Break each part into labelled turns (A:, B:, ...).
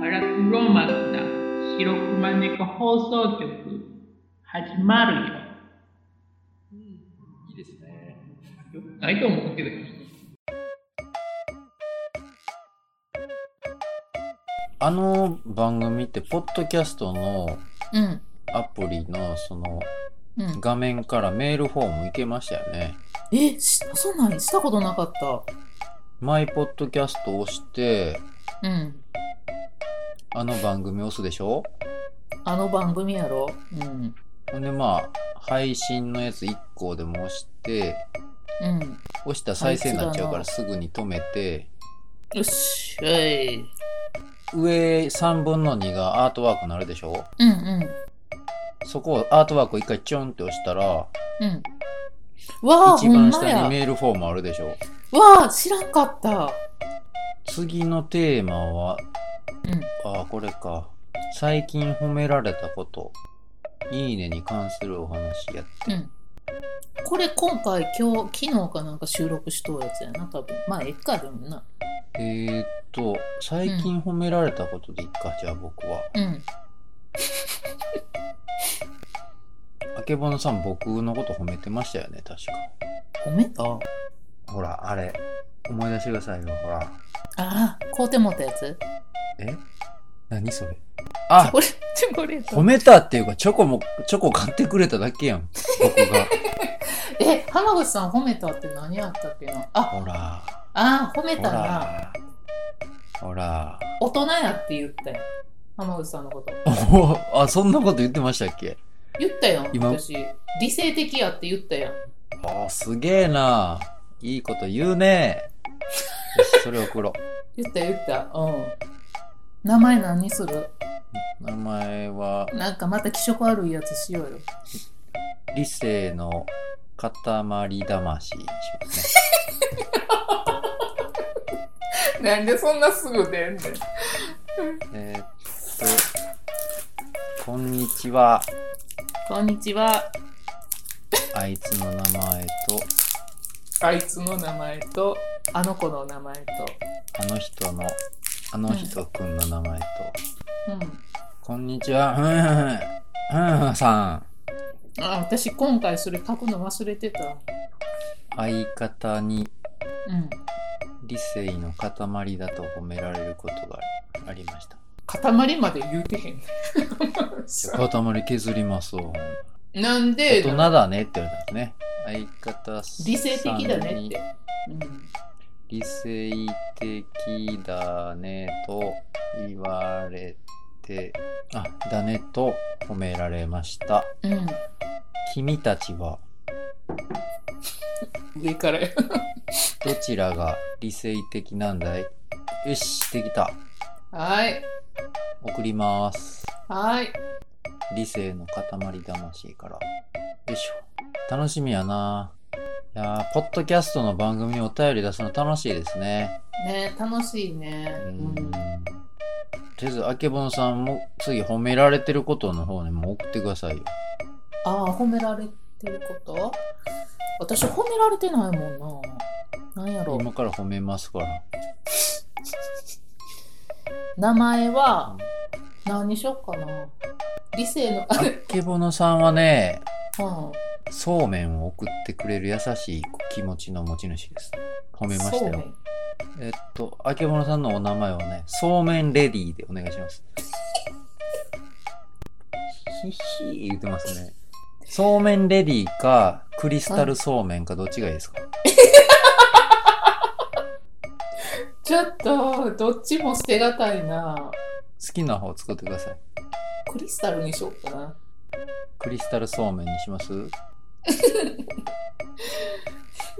A: 荒黒幕な白熊猫放送局始まるよ
B: うんいいですね。
A: よくないと思うけど
C: あの番組って、ポッドキャストの
D: うん。
C: アプリのその
D: うん。
C: 画面からメールフォームいけましたよね。
D: え、し、そうなんしたことなかっ
C: マイポッドキャストを押して、
D: た。うん。
C: あの番組押すでしょ
D: あの番組やろうん。
C: ほんでまあ、配信のやつ1個でも押して、
D: うん。
C: 押したら再生になっちゃうか
D: あ
C: ら
D: いつ
C: すぐに止めて、
D: よし。はい。
C: 上3分の2がアートワークになるでしょ
D: うんうん。
C: そこをアートワークを1回チョンって押したら、
D: うん。わあ、
C: 一
D: ほ
C: 番
D: んま
C: 下
D: や
C: に。メールフォームあるでしょ
D: わあ、知らんかった。
C: 次のテーマは、
D: うん
C: ああ、これか。最近褒められたこと。いいねに関するお話やって。
D: うん。これ今回、今日、昨日かなんか収録しとうやつやな、多分。まあ、えっか、でもな。
C: えー、っと、最近褒められたことでいっか、じゃあ僕は。
D: うん。
C: あけぼのさん、僕のこと褒めてましたよね、確か。
D: 褒めたあ
C: ほら、あれ、思い出してくださいよ、ほら。
D: あ、買うてもったやつ
C: え何それあ
D: これ、チョコレー
C: 褒
D: ト。
C: めたっていうか、チョコも、チョコ買ってくれただけやん。僕が。
D: え、浜口さん褒めたって何やったっけなあ、
C: ほら、
D: ああ、褒め
C: ほ
D: たな。
C: ら、ほら。
D: 大人やって言ったよ浜口さんのこと
C: おあ、そんなこと言ってましたっけ
D: 言ったよ
C: 今
D: 私理性的やって言ったよ
C: あすげえな。いいこと言うね。よし、それ送ろう。
D: 言った言ったうん名前何する
C: 名前は、
D: なんかまた気色悪いやつしようよ
C: 理性の塊魂にします
D: なんでそんなすぐ出んねん
C: ね。えーっと、こんにちは。
D: こんにちは
C: あいつの名前と、
D: あいつの名前とあの子の名前と
C: あの人の、あの人くんの名前と、
D: うん
C: こんにちは、うんうんうん、うんさん。
D: あ私今回それ書くの忘れてた
C: 相方に
D: うん
C: 理性の塊だと褒められることがありました。
D: 塊まで言う てへんね
C: 塊削りますわ。
D: なん
C: 大
D: で
C: 人だねって言われたんですね。相方さんに
D: 理性的だねって。うん
C: 理性的だねと言われて、あ、だねと褒められました。
D: うん
C: 君たちは
D: 上からや
C: どちらが理性的なんだいよし、できた。
D: はい
C: 送ります。
D: はい
C: 理性の塊魂から。よいしょ。楽しみやな。いやーポッドキャストの番組にお便り出すの楽しいですね。
D: ね楽しいね
C: う
D: うん
C: んとりあえず、あけぼのさんも次褒められてることの方にも送ってくださいよ。
D: ああ褒められてること私褒められてないもんななんやろ
C: 今から褒めますから。
D: 名前は何にしよっかな理性の
C: あけぼのさんはね、
D: うん
C: そうめんを送ってくれる優しい気持ちの持ち主です。褒めましたよ。えっと、あけぼのさんのお名前をね、そうめんレディーでお願いします。ひひー言ってますね。そうめんレディーか、クリスタルそうめんかどっちがいいですか
D: ちょっとどっちも捨てがたいな
C: 好きな方を作ってください。
D: クリスタルにしよっかな
C: クリスタルそうめんにします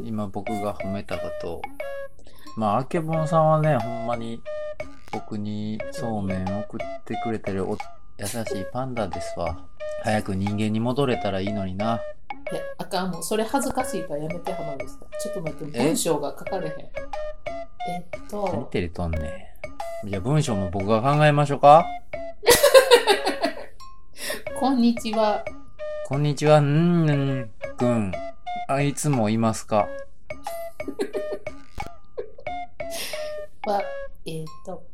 C: 今僕が褒めたことをまああけぼのさんはねほんまに僕にそうめんを送ってくれてるお優しいパンダですわ早く人間に戻れたらいいのにない
D: やあかんもうそれ恥ずかしいからやめて浜口さんちょっと待って
C: え
D: 文章が書かれへんえっ
C: 何
D: と
C: てれとんねんじゃあ文章も僕が考えましょうか
D: 「こんにちは
C: こんにちはんーんくんあいつもいますか
D: は」えっと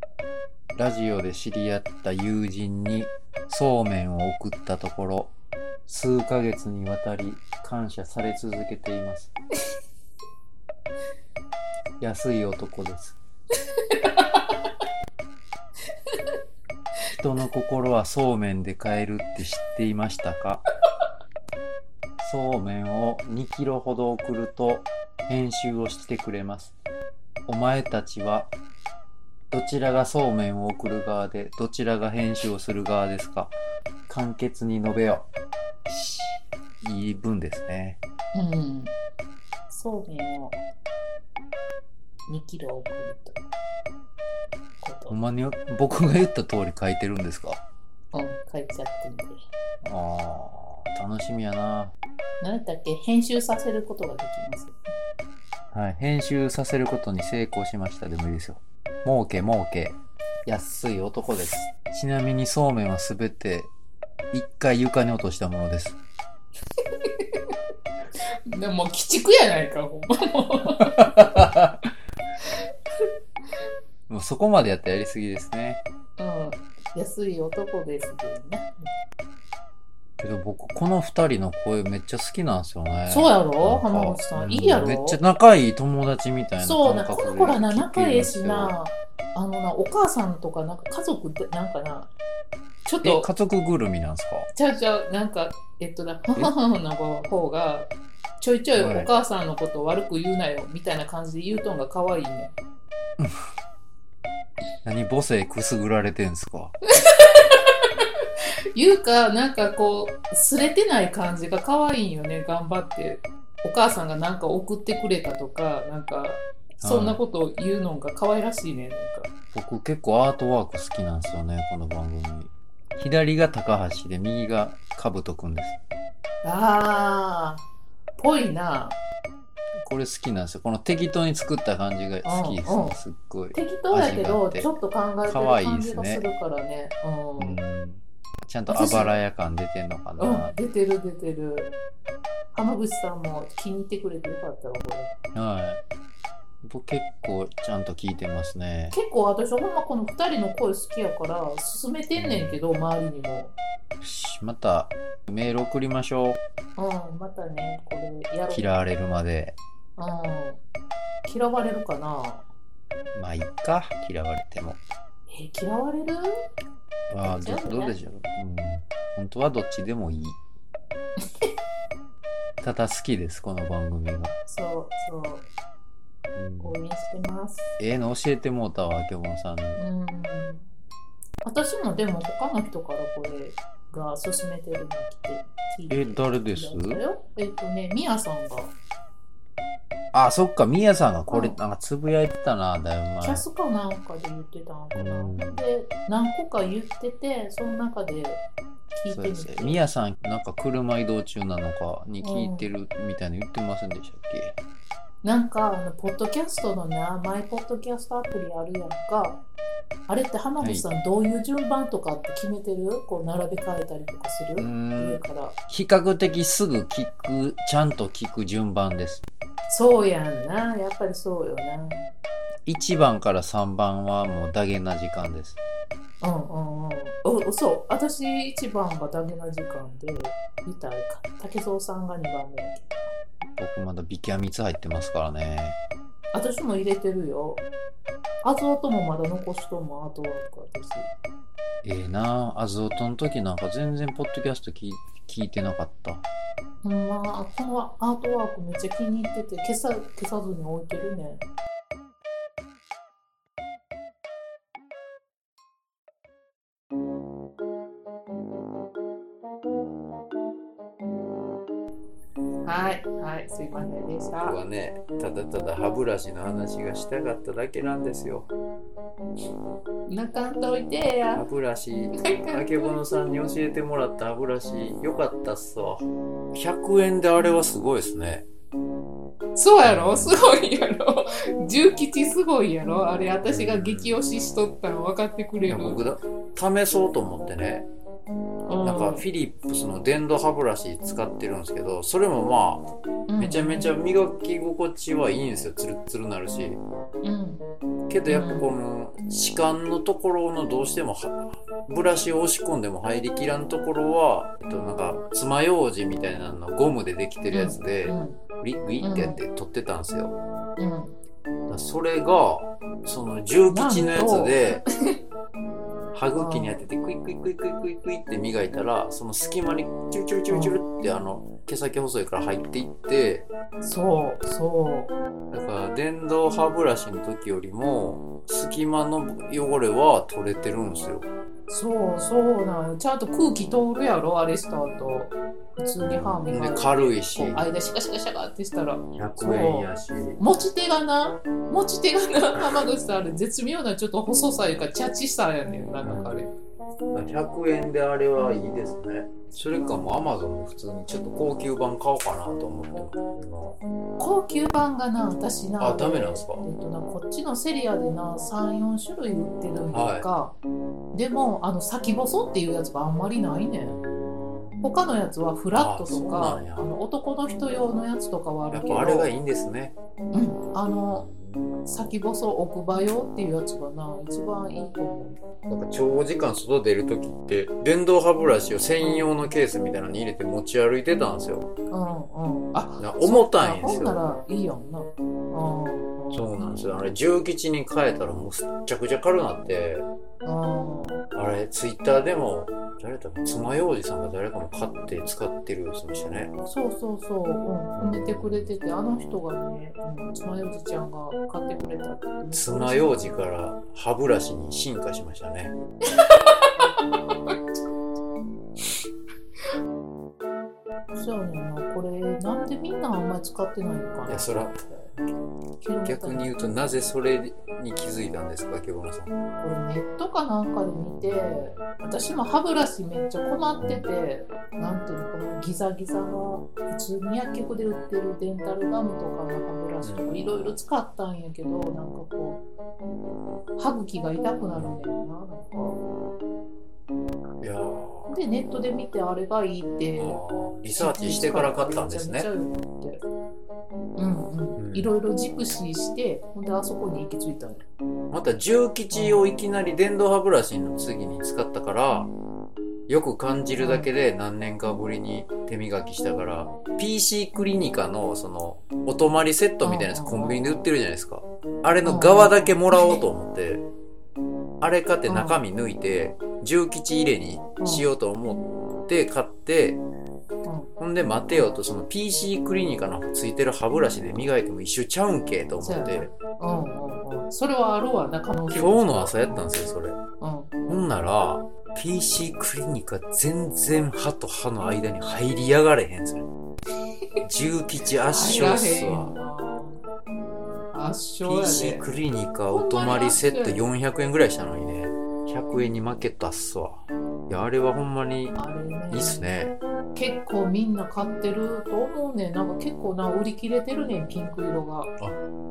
C: ラジオで知り合った友人にそうめんを送ったところ、数ヶ月にわたり感謝され続けています。 安い男です。 人の心はそうめんで買えるって知っていましたかそうめんを2キロほど送ると編集をしてくれます。お前たちはどちらがそうめんを送る側で、どちらが編集をする側ですか簡潔に述べよ。しいい文ですね。
D: うん。そうめんを2キロ送ると。こと。
C: ほんまに僕が言った通り書いてるんですか
D: うん、書いちゃってみて。
C: あー、楽しみやな。
D: 何だっけ編集させることができます。
C: はい、編集させることに成功しましたでもいいですよ。儲け儲け。安い男です。ちなみにそうめんはすべて一回床に落としたものです。
D: でも、鬼畜やない か、ほんま。
C: もうそこまでやってやりすぎですね。
D: うん。安い男ですけどね。
C: けど僕この二人の声めっちゃ好きなんですよね。
D: そうやろ
C: なんか
D: 浜口さん。いいやろ
C: めっちゃ仲いい友達みたいな
D: そうな、
C: 感
D: こ
C: 覚
D: の
C: で
D: 子らな、
C: 聞いて
D: 仲
C: るん
D: ええ
C: で
D: し
C: すよ。
D: な。あのな、お母さんとか、なんか家族って、なんかな、ちょっ
C: え、
D: と、
C: 家族ぐるみなんですか
D: ちゃうちゃう、なんか、えっとな、母の方が、ちょいちょい
C: はい
D: お母さんのこと悪く言うなよ、みたいな感じで言うとんが可愛いね。
C: 何母性くすぐられてんすか
D: 言うか、なんかこう、すれてない感じが可愛いんよね、頑張って。お母さんがなんか送ってくれたとか、なんか、そんなことを言うのが可愛らしいね、なんか。
C: 僕結構アートワーク好きなんですよね、この番組。左が高橋で右がかぶとくんです。
D: あー、ぽいな。
C: これ好きなんですよ。この適当に作った感じが好きです
D: うんうん
C: ね、すっごい。
D: 適当やけ
C: 味があ
D: ど
C: って
D: ちょっと考えてる
C: 可愛い
D: 感
C: で
D: じ
C: す
D: が
C: ね
D: するからねう、
C: うんん。ちゃんとあばらや感出てんのか
D: う、。
C: なん
D: 出てる出てる浜口さんも気に入ってくれてよかったわこれ
C: はい。僕結構ちゃんと聞いてますね。
D: 結構私ほんまこの2人の声好きやから勧めてんねんけど周りにも
C: よしまたメール送りましょ
D: うんまたねこれや
C: う。
D: ろう
C: 嫌われるまで。
D: うん、嫌われるかな
C: まあ、いっか。嫌われても。
D: え嫌われる
C: まあ、どどうでしょう、うん。本当はどっちでもいい。 ただ好きです、この番組が。
D: そうそう
C: うん
D: 応援してます
C: ええの教えてもうたわ、あけぼんさんに。
D: うん私もでも他の人からこれが勧めてるの来て聞いて
C: え、誰です
D: いただいたよえっとね、みやさんが、
C: あ、そっか、みやさんがこれ、
D: うん
C: なんかつぶやいてたな、だいぶ
D: キ
C: 前
D: ャ。スかなんかで言ってたんかな。
C: うん
D: で、何個か言ってて、その中で聞い
C: そう
D: てみ
C: ですね。
D: て。
C: みやさん、なんか車移動中なのかに聞いてるみたいに言ってませんでしたっけ、
D: なんか、あのポッドキャストのな、マイポッドキャストアプリあるやんか。あれって浜口さん、どういう順番とかって決めてるこう並べ替えたりとかする、
C: うー
D: 上
C: ん。
D: から。
C: 比較的すぐ聞く、ちゃんと聞く順番です。
D: そうやんな。やっぱりそうよな。
C: 1番から3番はもうダゲな時間です。
D: うんうんうん。おそう、私1番がダメな時間で、見たいか。竹蔵さんが2番目やけど。
C: 僕まだビキャミツ入ってますからね。
D: 私も入れてるよ。アゾートもまだ残しとんもん、アートワーク私。
C: ええなあ、アズオトの時なんか全然ポッドキャスト聞い聞いてなかった。
D: ほんま、このアートワークめっちゃ気に入ってて、消さ消さずに置いてるね。はい、はい、すいませんでした。
C: はね、ただただ歯ブラシの話がしたかっただけなんですよ。
D: 泣かんといて
C: 歯
D: や。
C: ブラシ、
D: 泣か
C: あ
D: ん
C: けぼのさんに教えてもらった歯ブラシ、よかったっすわ。100円であれはすごいですね。
D: そうやろすごいやろ重吉すごいやろあれ、私が激推ししとったの分かってく
C: い
D: れ
C: や
D: る。
C: 僕だ、試そうと思ってね、
D: う
C: なんかフィリップスの電動歯ブラシ使ってるんですけど、それもまあ、めちゃめちゃ磨き心地はいいんですよ。ツルッツルなるし。
D: うん。
C: けどやっぱこの歯間のところのどうしてもはブラシを押し込んでも入りきらんところは、えっと、なんか爪楊枝みたいなのゴムでできてるやつで、
D: うん
C: ウィウィってやって取ってたんですよ。
D: うん
C: だからそれがその重吉のやつで歯茎に当ててクイクイクイクイクイクイって磨いたらその隙間にチュルチュルチュルチュルってあの毛先細いから入っていって
D: そうそ
C: だから電動歯ブラシの時よりも隙間の汚れは取れてるんですよ。
D: うそうそうなんよちゃんと空気通るやろあれした後普通に歯磨い
C: で
D: て
C: 軽いし
D: こう間シャカシャカシャカってしたら
C: 100円やし。
D: 持ち手がな持ち手がな浜口さんあれ絶妙なちょっと細さいうかチャチさやねんななんかあれ
C: 100円であれはいいですね。それかもうアマゾンで普通にちょっと高級版買おうかなと思って
D: 高級版がな私な
C: あ、ダメなんですか
D: えっとなこっちのセリアでな34種類売ってるんやんか、でもあの先細っていうやつがあんまりないねん他のやつはフラット
C: あそ
D: と
C: うな
D: か
C: んや
D: あの男の人用のやつとかはあ
C: や
D: る
C: っ
D: けど
C: ぱあれがいいんですね。
D: うん、あの先細奥歯用っていうやつがな一番いいと思う
C: なんか長時間外出るときって、電動歯ブラシを専用のケースみたいなのに入れて持ち歩いてたんですよ。
D: うんうんあ
C: な重たいんで
D: そ
C: す
D: うか
C: よ。
D: ほんならいいやんなうん
C: そうなんですよ。あれ、重吉に変えたらもうすっちゃくちゃ軽なって、
D: うん
C: あれ、ツイッターでも、誰だか、爪楊枝さんが誰かも買って使ってるやつでしたね。
D: そうそうそう、うん、出てくれてて、あの人がね、うん、爪楊枝ちゃんが買ってくれたって言って。
C: 爪楊枝から歯ブラシに進化しましたね。
D: そうやねんな、これ、なんでみんなあんまり使ってないのか
C: い
D: な。
C: や、そら、逆に言うとなぜそれに気づいたんですか、ケボナさん。
D: これネットかなんかで見て私も歯ブラシめっちゃ困っててなんていうのこのギザギザの普通に薬局で売ってるデンタルガムとかの歯ブラシとかいろいろ使ったんやけどなんかこう歯茎が痛くなるんだよななんか
C: いやー
D: でネットで見てあれがいいって
C: リサーチしてから買ったんです
D: め
C: ね
D: ちゃ。めちゃ良くてうんうん
C: うん
D: いろいろジプシーしてほんであそこに行き着いたの
C: また重吉をいきなり電動歯ブラシの次に使ったからよく感じるだけで何年かぶりに手磨きしたから PC クリニカのそのお泊まりセットみたいなやつ
D: うん
C: コンビニで売ってるじゃないですかあれの側だけもらおうと思ってあれ買って中身抜いて重吉入れにしようと思って買ってほんで待てよとその PC クリニカのついてる歯ブラシで磨いても一緒ちゃうんけと思って
D: うんうんうんそれはあるわ中野
C: 今日の朝やったんですよそれ。
D: うん
C: ほんなら、PC クリニカ全然歯と歯の間に入りやがれへんそれ。重吉圧勝っすわ。
D: わ。圧勝
C: PC
D: やで。
C: クリニカお泊まりセット400円ぐらいしたのにね、100円に負けたっすわ。いや、あれはほんまにい
D: あれね
C: いっすね。
D: 結構みんな買ってると思うねんなんか結構な売り切れてるねんピンク色が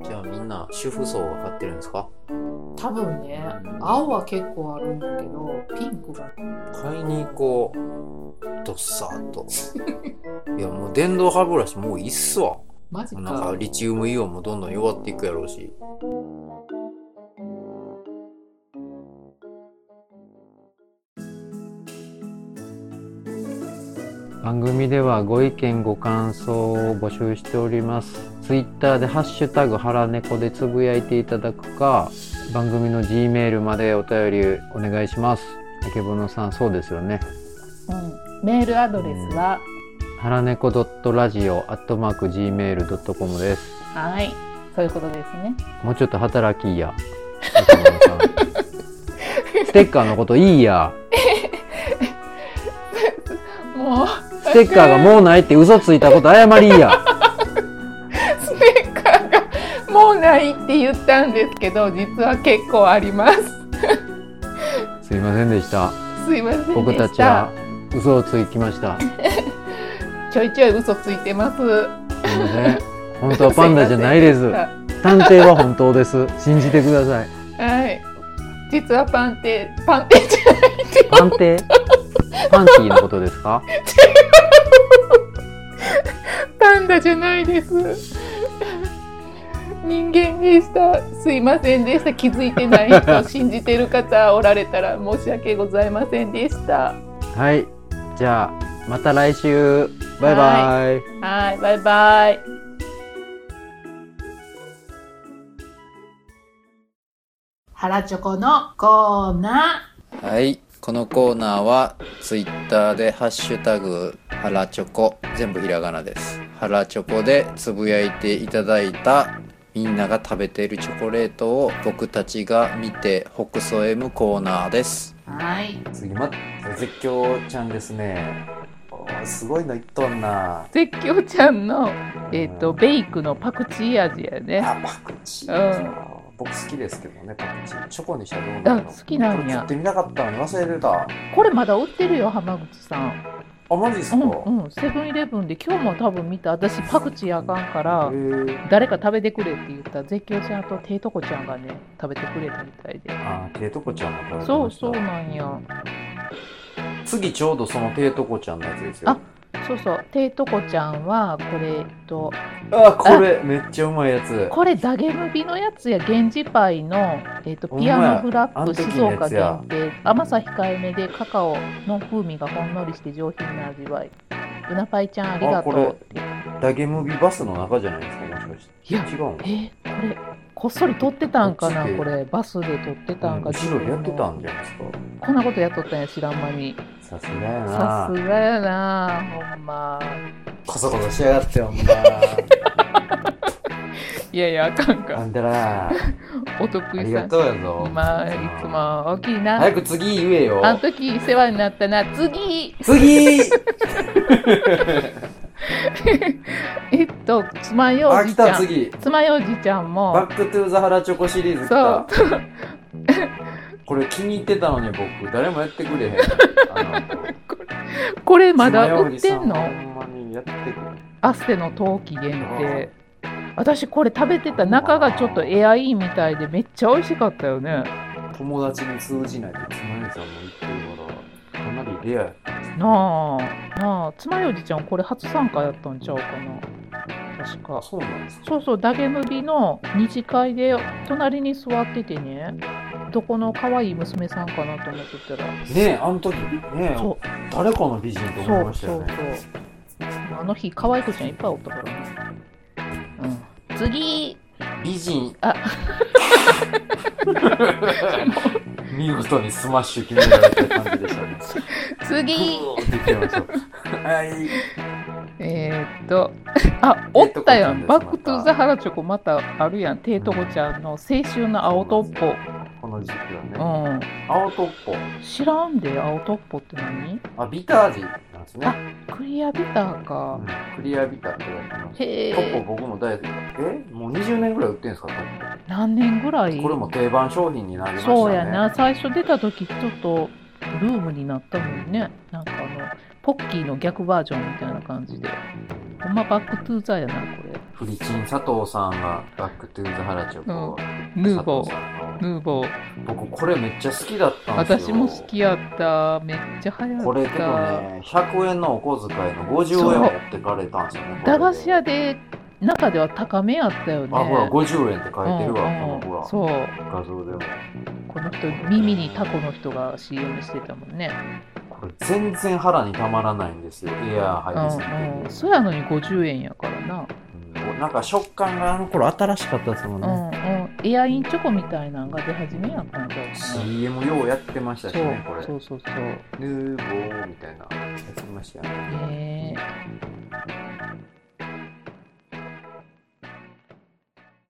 C: じゃあみんな主婦層が買ってるんですか
D: 多分ね青は結構あるんだけどピンクが
C: 買いに行こう。どっさーっと。いや、もう電動歯ブラシもういいっすわ。
D: マジか
C: なんかリチウムイオンもどんどん弱っていくやろうし。番組ではご意見ご感想を募集しております。ツイッターでハッシュタグハラネコでつぶやいていただくか、番組の G メールまでお便りお願いします。あけぼのさん、そうですよね。
E: うん、メールアドレスは、
C: ハラネコドットラジオアットマーク gmail.com です。
E: はいそういうことですね
C: もうちょっと働きいや。中村さんステッカーのこといいや。
E: もう
C: ステッカーがもうないって嘘ついたこと謝りいや。
E: ステッカーがもうないって言ったんですけど実は結構あります
C: すいませんでした。
E: すいませんでした
C: 僕たちは嘘をついきました。すい
E: ちょいちょい嘘ついてます
C: ません。本当はパンダじゃないです
E: い。ま
C: 探偵は本当です。信じてください。
E: せんでしたはい実はパンテパンテ じゃない
C: パンテパンティーのことですか
E: パンダじゃないです人間でしたすいませんでした気づいてない人信じてる方おられたら申し訳ございませんでした
C: はい。じゃあ、また来週。バイバイ。
E: はいバイバイ
D: ハラチョコのコーナ
C: はい。このコーナーは、ツイッターで、ハッシュタグ、ハラチョコ、全部ひらがなです。ハラチョコでつぶやいていただいた、みんなが食べているチョコレートを僕たちが見て、ほくそえむコーナーです。
D: ー。はい。
C: 次、ま、絶叫ちゃんですね。すごいのいっとんな。
E: 絶叫ちゃんの、えっとベイクのパクチー味やね
C: あ、パクチ
E: ーう
C: 僕好きですけどね、パクチー。チョコにしたらどう
E: なのあ好きなんやこれ食って
C: みなかったのに忘れてた。
E: これまだ売ってるよ浜口さん
C: あ、マジです
E: うんうん、セブンイレブンで今日も多分見た私パクチーあかんから誰か食べてくれって言ったら絶叫ちゃんとテイトコちゃんがね食べてくれたみたいで
C: あー、テイトコちゃんの食べてました
E: そうそうなんや
C: 次ちょうどそのテイトコちゃんのやつですよ。
E: あそうそうテイトコちゃんはこれえっと
C: あ、これめっちゃうまいやつ。
E: これダゲムビのやつや源氏パイの、えっとピアノフラ
C: ほん
E: ッ
C: ま
E: プ
C: や
E: 静岡限定甘さ控えめでカカオの風味がほんのりして上品な味わいうなぱいちゃんありがとうって
C: ダゲムビバスの中じゃないですか、もしかして。
E: いや
C: 違うの
E: えーこれこっそり撮ってたんか
C: こ
E: な
C: っちで
E: これバスで撮ってたんか、
C: 後ろでやってたんじゃないですか。
E: こんなことやっとったんや知らん間に
C: さすがや
E: さ
C: な
E: す。がやなほんま
C: こそこそしやがって、 ほんま。
E: いやいやあかん
C: あ
E: か
C: んたら、あ
E: お得意
C: り
E: さ
C: が
E: ん
C: とうやぞ。
E: まあいつも大きいな
C: 早く次言えよ。
E: あの時世話になったな次
C: 次
E: えっとつまよ
C: あ、
E: うじ
C: 来
E: ち
C: た
E: ゃん
C: 次。
E: つまようじちゃん
C: バ
E: も
C: ックトゥーザハラチョコシリーズ来
E: そう
C: た。 これ気に入ってたのに僕、誰もやってくれへん。 あの
E: これまだ売ってんの
C: ほんまにやってくれ
E: アステの冬季限定私これ食べてた中がちょっとエアイーみたいでめっちゃ美味しかったよね
C: 友達に通じないってつまゆさんも言ってるからかなりレアや
E: なあなあつまようじちゃんこれ初参加やったんちゃうかな確か
C: そうなんですか
E: そうそうダゲムビの二次会で隣に座っててねどこの可愛い娘さんかなと思ってたら
C: ねえあの時ねえ
E: そう
C: 誰かの美人と思
E: そ
C: いうました
E: そ
C: よ
E: う
C: ね
E: そうあの日可愛い子ちゃんいっぱいおったからねうん次
C: 美人
E: あ
C: 見事にスマッシュ決められた感じでしたね
E: 次
C: グーって言ってましたはい
E: えー、っとあおったやん
C: テイトコちゃんです
E: バック・ト
C: ま
E: ゥ・
C: た
E: ザ・ハラチョコまたあるやんテイトコちゃんの青春の青トッ
C: この時期はね、
E: ポうん
C: 青トッ
E: 知らんで青トッポって何
C: ポあビター味なんですね、
E: クリアビター
C: う
E: か
C: ん、クリアビターって言われてます
E: へ
C: トッ
E: え
C: ポ僕も大好きえもう20年ぐらい売ってんですかトッポ
E: 何年ぐらい
C: これも定番商品になりましたね。
E: そうやな最初出た時ちょっとブームになったもんねなんかあのポッキーの逆バージョンみたいな感じでほんまバック・トゥ・ザやなこれ
C: フリチン佐藤さんがバックトゥーザハラチョコ、
E: ヌーボ
C: 佐藤
E: ー
C: さんの
E: ヌーボー
C: 僕これめっちゃ好きだったんです
E: 私
C: よ。
E: も好きやっためっちゃ流行った
C: これけどね、100円のお小遣いの50円持ってかれたんですよね。これで
E: 駄菓子屋で中では高めやったよね
C: あ、ほら、50円って書いてるわ、
E: うんうん
C: このほ
E: そう
C: ら、画像でも。
E: この人耳にタコの人が CM してたもんね
C: これ全然腹にたまらないんですよ、エアー入りすぎて
E: うんうんそやのに50円やからな
C: てうんなんか食感があの頃新しかったですもん
E: う
C: ね。
E: んうんエアインチョコみたいなんが出始めやったんちゃうかな
C: CM ようやってましたしね、これ。
E: そうそうそうそう
C: ヌーボーみたいなやつましたよね。
E: ねえ